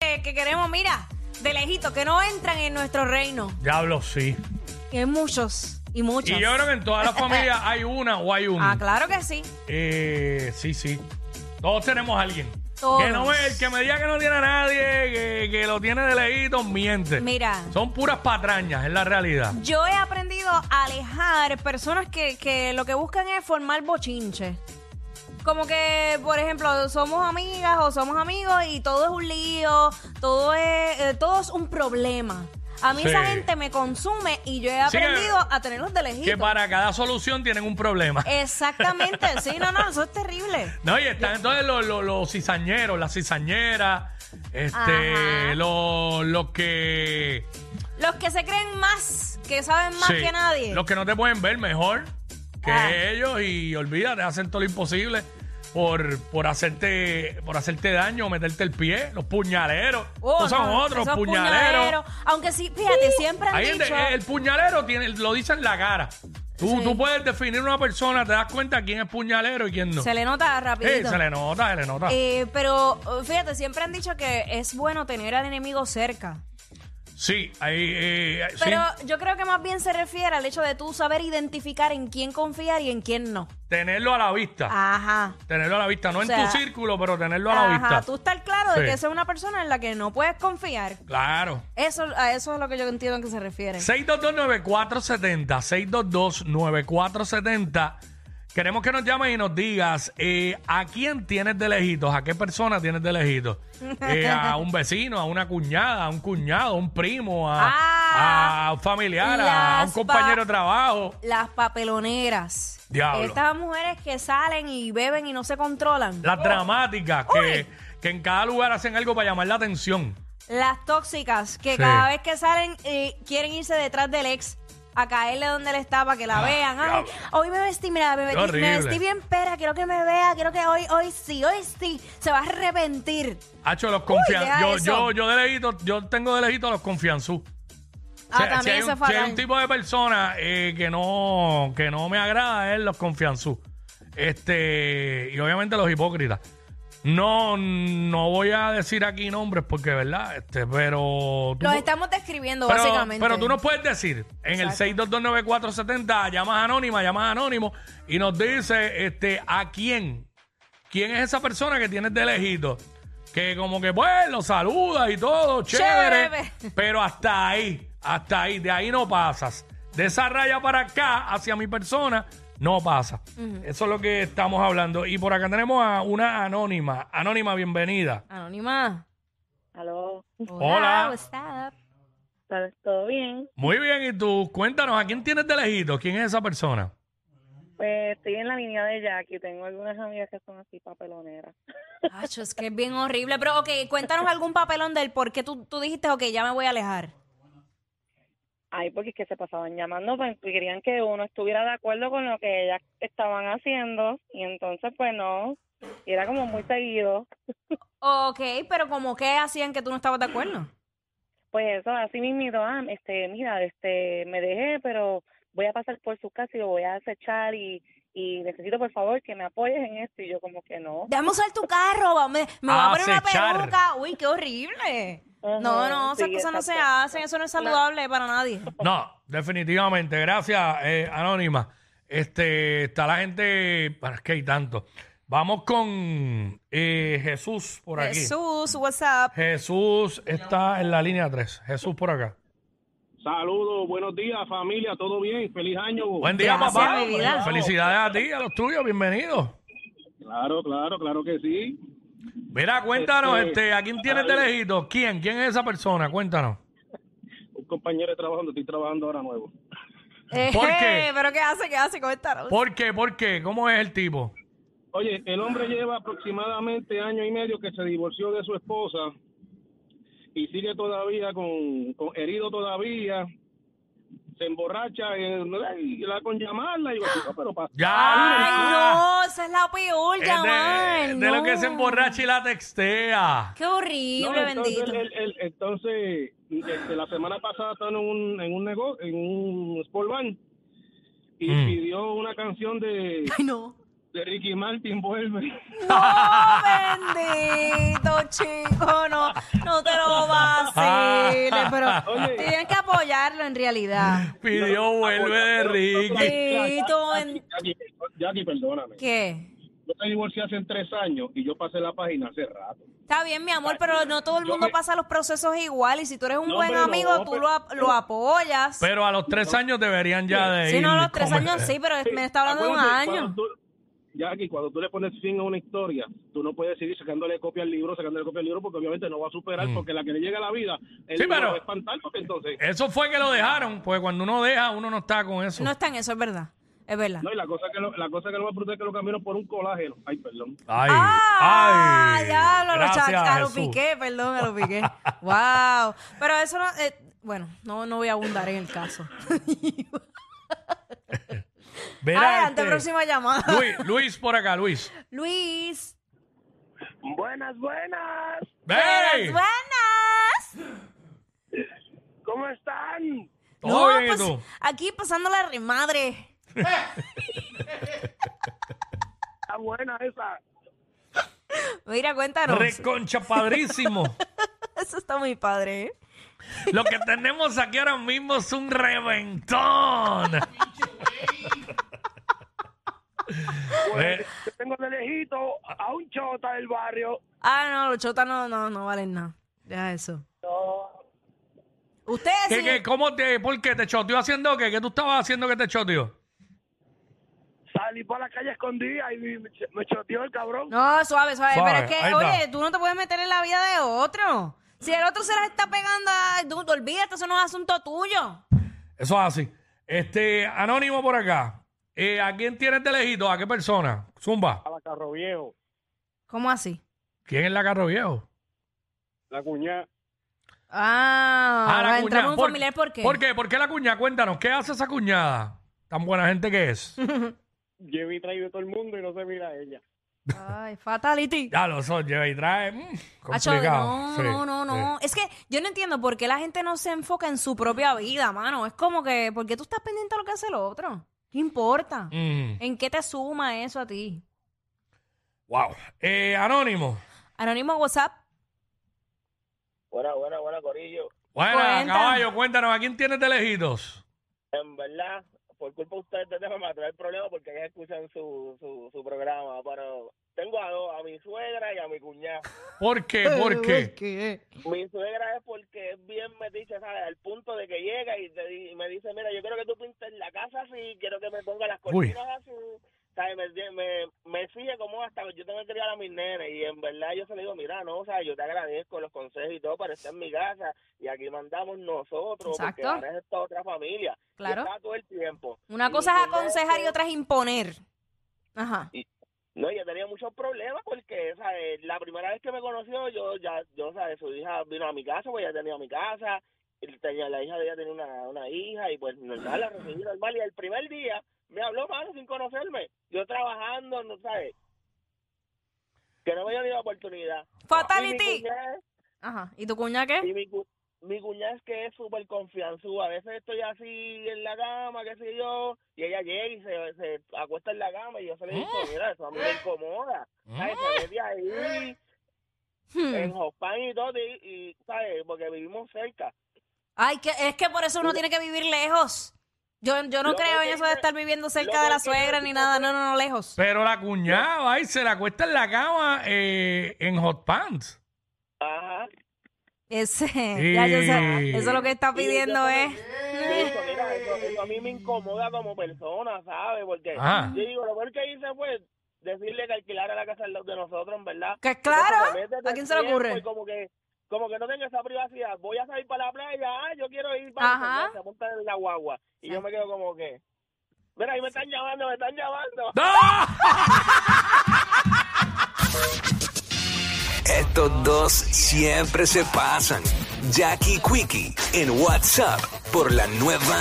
que queremos, mira, de lejito, que no entran en nuestro reino. Diablo, sí. Que hay muchos y muchas. Y yo creo que en toda la familia hay una o hay un. Ah, claro que sí. Eh, sí, sí. Todos tenemos a alguien. Todos. Que no me- el que me diga que no tiene a nadie, que, que lo tiene de leído, miente. Mira. Son puras patrañas, es la realidad. Yo he aprendido a alejar personas que, que lo que buscan es formar bochinche. Como que, por ejemplo, somos amigas o somos amigos y todo es un lío, todo es, eh, todo es un problema. A mí Sí. esa gente me consume y yo he Sí, aprendido a tenerlos de lejito. Que para cada solución tienen un problema. Eh. Exactamente, sí, no, no, eso es terrible. No, y están entonces los, los, los cizañeros, las cizañeras, Ajá. este, los, los que... Los que se creen más, que saben más sí, que nadie. Los que no te pueden ver mejor que Ah. ellos y olvídate, hacen todo lo imposible por, por, hacerte, por hacerte daño, meterte el pie, los puñaleros. Oh, no son no, otros, esos puñaleros. Aunque sí, fíjate, siempre han Ahí en de- dicho... el puñalero tiene, lo dice en la cara. Tú, tú puedes definir una persona, te das cuenta quién es puñalero y quién no. Se le nota Sí, rapidito. se le nota, se le nota. Eh, pero eh, fíjate, siempre han dicho que es bueno tener al enemigo cerca. sí, ahí, eh, sí. Pero yo creo que más bien se refiere al hecho de tú saber identificar en quién confiar y en quién no. Tenerlo a la vista. Ajá. Tenerlo a la vista, no Ah. O sea, en tu círculo, pero tenerlo a la Ajá, vista. tú estar claro de Sí. que esa es una persona en la que no puedes confiar. Claro. Eso, a eso es lo que yo entiendo que se refiere. 6229470, 6229470. Queremos que nos llames y nos digas eh, a quién tienes de lejitos, a qué persona tienes de lejitos. Eh, a un vecino, a una cuñada, a un cuñado, a un primo, a, Ah, a un familiar, a, a un las compañero pa- de trabajo. Las papeloneras. Diablo. Estas mujeres que salen y beben y no se controlan. Las dramáticas que, Oh. Uy. que en cada lugar hacen algo para llamar la atención. Las tóxicas, que Sí. cada vez que salen eh, quieren irse detrás del ex a caerle donde él está para que la Ah, vean. Ay, diablo. hoy me vestí, mira, me, Qué vestí- me horrible. vestí bien pera, quiero que me vea, quiero que hoy, hoy sí, hoy sí, se va a arrepentir. Hacho, los deja confianzas. Yo, eso. yo, yo de lejito, yo tengo de lejito a los confianzú. Ah, Si- si, también hay eso un, es si hay fatal. un tipo de persona eh, que no que no me agrada es los confianzú. Este, y obviamente los hipócritas. No, no voy a decir aquí nombres porque, ¿verdad? Este, pero. tú- Los estamos describiendo, pero, básicamente. pero tú nos puedes decir en Exacto. el 6229470, llamas anónima, llamas anónimo y nos dice este, a quién. ¿Quién es esa persona que tienes de lejito? Que como que, pues, lo saludas y todo, chévere. Chévere. Pero hasta ahí, hasta ahí, de ahí no pasas. De esa raya para acá, hacia mi persona, no pasa. Eso es lo que estamos hablando. Y por acá tenemos a una anónima. Anónima, bienvenida. Anónima. Aló, Hola. what's up? ¿sabes? ¿todo bien? Muy bien, y tú, cuéntanos, ¿a quién tienes de lejito? ¿Quién es esa persona? Pues estoy en la línea de Jackie, tengo algunas amigas que son así papeloneras. Acho, es que es bien horrible. Pero, ok, cuéntanos algún papelón del por qué tú, tú dijiste, ok, ya me voy a alejar. Ay, porque es que se pasaban llamando, pues querían que uno estuviera de acuerdo con lo que ellas estaban haciendo y entonces pues no, y era como muy seguido. Ok, pero como que hacían que tú no estabas de acuerdo. Pues eso, así mismito, ah, este, mira, este, me dejé, pero voy a pasar por su casa y lo voy a acechar y, y necesito por favor que me apoyes en esto y yo como que no. Déjame usar tu carro, va, me, me voy a poner una Ah, Acechar. peluca. Uy, qué horrible. Ajá, No, no, esas sí, cosas no se exacto. hacen, eso no es saludable para nadie. No, definitivamente. Gracias, eh, Anónima. Este, está la gente. Bueno, es que hay tanto. Vamos con eh, Jesús por aquí. Jesús, WhatsApp. Jesús está en la línea 3. Jesús por acá. Saludos, buenos días familia, ¿todo bien? Feliz año. Buen día, Gracias, papá. mi vida. Felicidades a ti, a los tuyos. Bienvenidos. Claro, claro, claro que sí. Mira, cuéntanos, Este, este, ¿a quién tienes de ahí. lejito? ¿Quién? ¿Quién es esa persona? Cuéntanos. Un compañero de trabajo donde estoy trabajando ahora nuevo. ¿Por Eh, qué? Pero ¿qué hace? ¿Qué hace con esta rosa? ¿Por qué? ¿Por qué? ¿Cómo es el tipo? Oye, el hombre lleva aproximadamente año y medio que se divorció de su esposa y sigue todavía con, con- herido todavía. Se emborracha eh, y la con llamarla y yo, "Ah, pero pasa. Ya. Ay, no, esa es la peor, Es llamar. de, de lo no. que se emborracha y la textea. Qué horrible, No, entonces, bendito. él- él- entonces, este, la semana pasada estaba en un, en un negocio, en un sport van, y Mm. pidió una canción de Ay, no. de Ricky Martin vuelve. ¡No, bendito, chico! No, no te lo vaciles, pero Oye. tienes que apoyarlo en realidad. Pidió vuelve de Ricky. Bendito, en... Jackie, Jackie, perdóname. ¿qué? Yo me divorcié hace tres años y yo pasé la página hace rato. Está bien, mi amor, pero no todo el Yo mundo me- pasa los procesos igual y si tú eres un No, buen pero- amigo, tú lo, ap- lo apoyas. Pero a los tres años deberían ya de ir. Sí, no, los tres como- años sí, pero me está hablando de un Eh, Acuérdate, año. cuando tú- Jackie, cuando tú le pones fin a una historia, tú no puedes seguir sacándole copia al libro, sacándole copia al libro, porque obviamente no va a superar, porque la que le llega a la vida, él Mm. Sí, no la pero- va a espantar, porque entonces... Eso fue que lo dejaron, porque cuando uno deja, uno no está con eso. No está en eso, es verdad. Es verdad. No, y la cosa que lo, la cosa que lo va a brutal es que lo cambiaron por un colágeno. Ay, perdón. Ay, ah, ay. ya lo, lo, Gracias, cha- a lo Jesús. piqué, perdón, a lo piqué. wow. Pero eso no, eh, bueno, no, no voy a abundar en el caso. Verá, Adelante, este, próxima llamada. Luis, Luis por acá, Luis. Luis. Buenas, buenas. ¡Ey! buenas, buenas. ¿Cómo están? ¿Todo bien y pues, tú? aquí pasando la remadre. Está buena esa. Mira, cuéntanos. Reconcha padrísimo. Eso está muy padre. ¿eh? Lo que tenemos aquí ahora mismo es un reventón. Eh, Yo tengo de lejito a un chota del barrio. Ah, no, los chotas no, no, no valen nada. Deja eso. Ustedes ¿qué- sí. qué- cómo te, ¿Por qué te choteó haciendo qué? ¿Qué tú estabas haciendo que te choteó? Salí para la calle escondida y me, me choteó el cabrón. No, suave, suave. Suave, Pero es ahí que, está. oye, tú no te puedes meter en la vida de otro. Si el otro se las está pegando, a- tú, tú olvídate, eso no es asunto tuyo. Eso es así. Este, anónimo por acá. Eh, ¿A quién tienes de lejito? ¿A qué persona? Zumba. A la carro viejo, ¿Cómo así? ¿Quién es la carro viejo? la cuñada. Ah, la bueno, entramos en un ¿Por- familiar, ¿por qué? ¿Por qué? ¿Por qué la cuñada? Cuéntanos, ¿qué hace esa cuñada? Tan buena gente que es. Llevo y traído todo el mundo y no se mira a ella. Ay, fatality. ya lo son, lleva y trae. mm, Acho, complicado. no, Sí, no, no, sí. no. Es que yo no entiendo por qué la gente no se enfoca en su propia vida, mano. Es como que, ¿por qué tú estás pendiente a lo que hace el otro? ¿Qué importa? Mm, ¿En qué te suma eso a ti? wow. Eh, anónimo. Anónimo WhatsApp. Buena, buena, buena, Corillo. Bueno, Cuéntanos. caballo, cuéntanos, ¿a quién tienes de lejitos? En verdad, por culpa de ustedes, este tema me trae el problema porque ellos escuchan su, su, su programa. Pero tengo a dos, a mi suegra y a mi cuñada. ¿Por qué? ¿Por qué? Mi suegra es porque es bien metiche, ¿sabes? Al punto de que llega y, te di- y me dice, mira, yo quiero que tú pintes la casa así, quiero que me ponga las Uy. cortinas así. ¿Sabes? Me, di- me, me exige como hasta yo tengo que criar a mis nenes y en verdad yo se le digo, mira, no, o sea, yo te agradezco los consejos y todo, pero esta es mi casa y aquí mandamos nosotros porque Exacto. ahora es esta otra familia. y Claro. está todo el tiempo. Una Y cosa mi es cuñada aconsejar y que- otra es imponer. Ajá. No, ella tenía muchos problemas porque, ¿sabes? La primera vez que me conoció, yo ya, yo, ¿sabes? Su hija vino a mi casa, pues ella tenía mi casa, él tenía la hija de ella tenía una, una hija y pues normal, la recibí normal. Y el primer día me habló, mano, sin conocerme. Yo trabajando, ¿no sabes? Que no me dio ni la oportunidad. Y mi Fatality. cuñada- Ajá. ¿Y tu cuña qué? y mi, cu- mi cuñada es que es súper confianzuda. A veces estoy así en la cama, qué sé yo, y ella llega y se, se acuesta en la cama y yo se le digo, mira, eso a mí me incomoda. ¿Mm? ¿Sabes? ¿Mm? Se mete ahí, en Hmm. Jopán y todo, y, y, ¿sabes? Porque vivimos cerca. Ay, que, es que por eso uno tiene que vivir lejos. Yo, yo no Lo que creo en quiere- eso de estar viviendo cerca lo de que la quiere- suegra ni nada. No, no, no, lejos. Pero la cuñada va y se la acuesta en la cama eh, en hot pants. Ajá. Ese, ya yo sé. Sí. Eso lo que está Y yo pidiendo ¿eh? como- es. yo digo, mira, eso, eso a mí me incomoda como persona, ¿sabes? Porque Ajá. yo digo, lo peor que hice fue decirle que alquilara la casa al lado de nosotros, en verdad. Que Entonces, claro. te metes ¿A quién se le tiempo ocurre? y Como que, como que no tengo esa privacidad. Voy a salir para la playa, ah, yo quiero ir para Ajá. la playa, se monta en la guagua. Y yo me quedo como que, mira, ahí me están llamando, me están llamando. ¡No! Estos dos siempre se pasan. Jackie Quickie en WhatsApp por la nueva.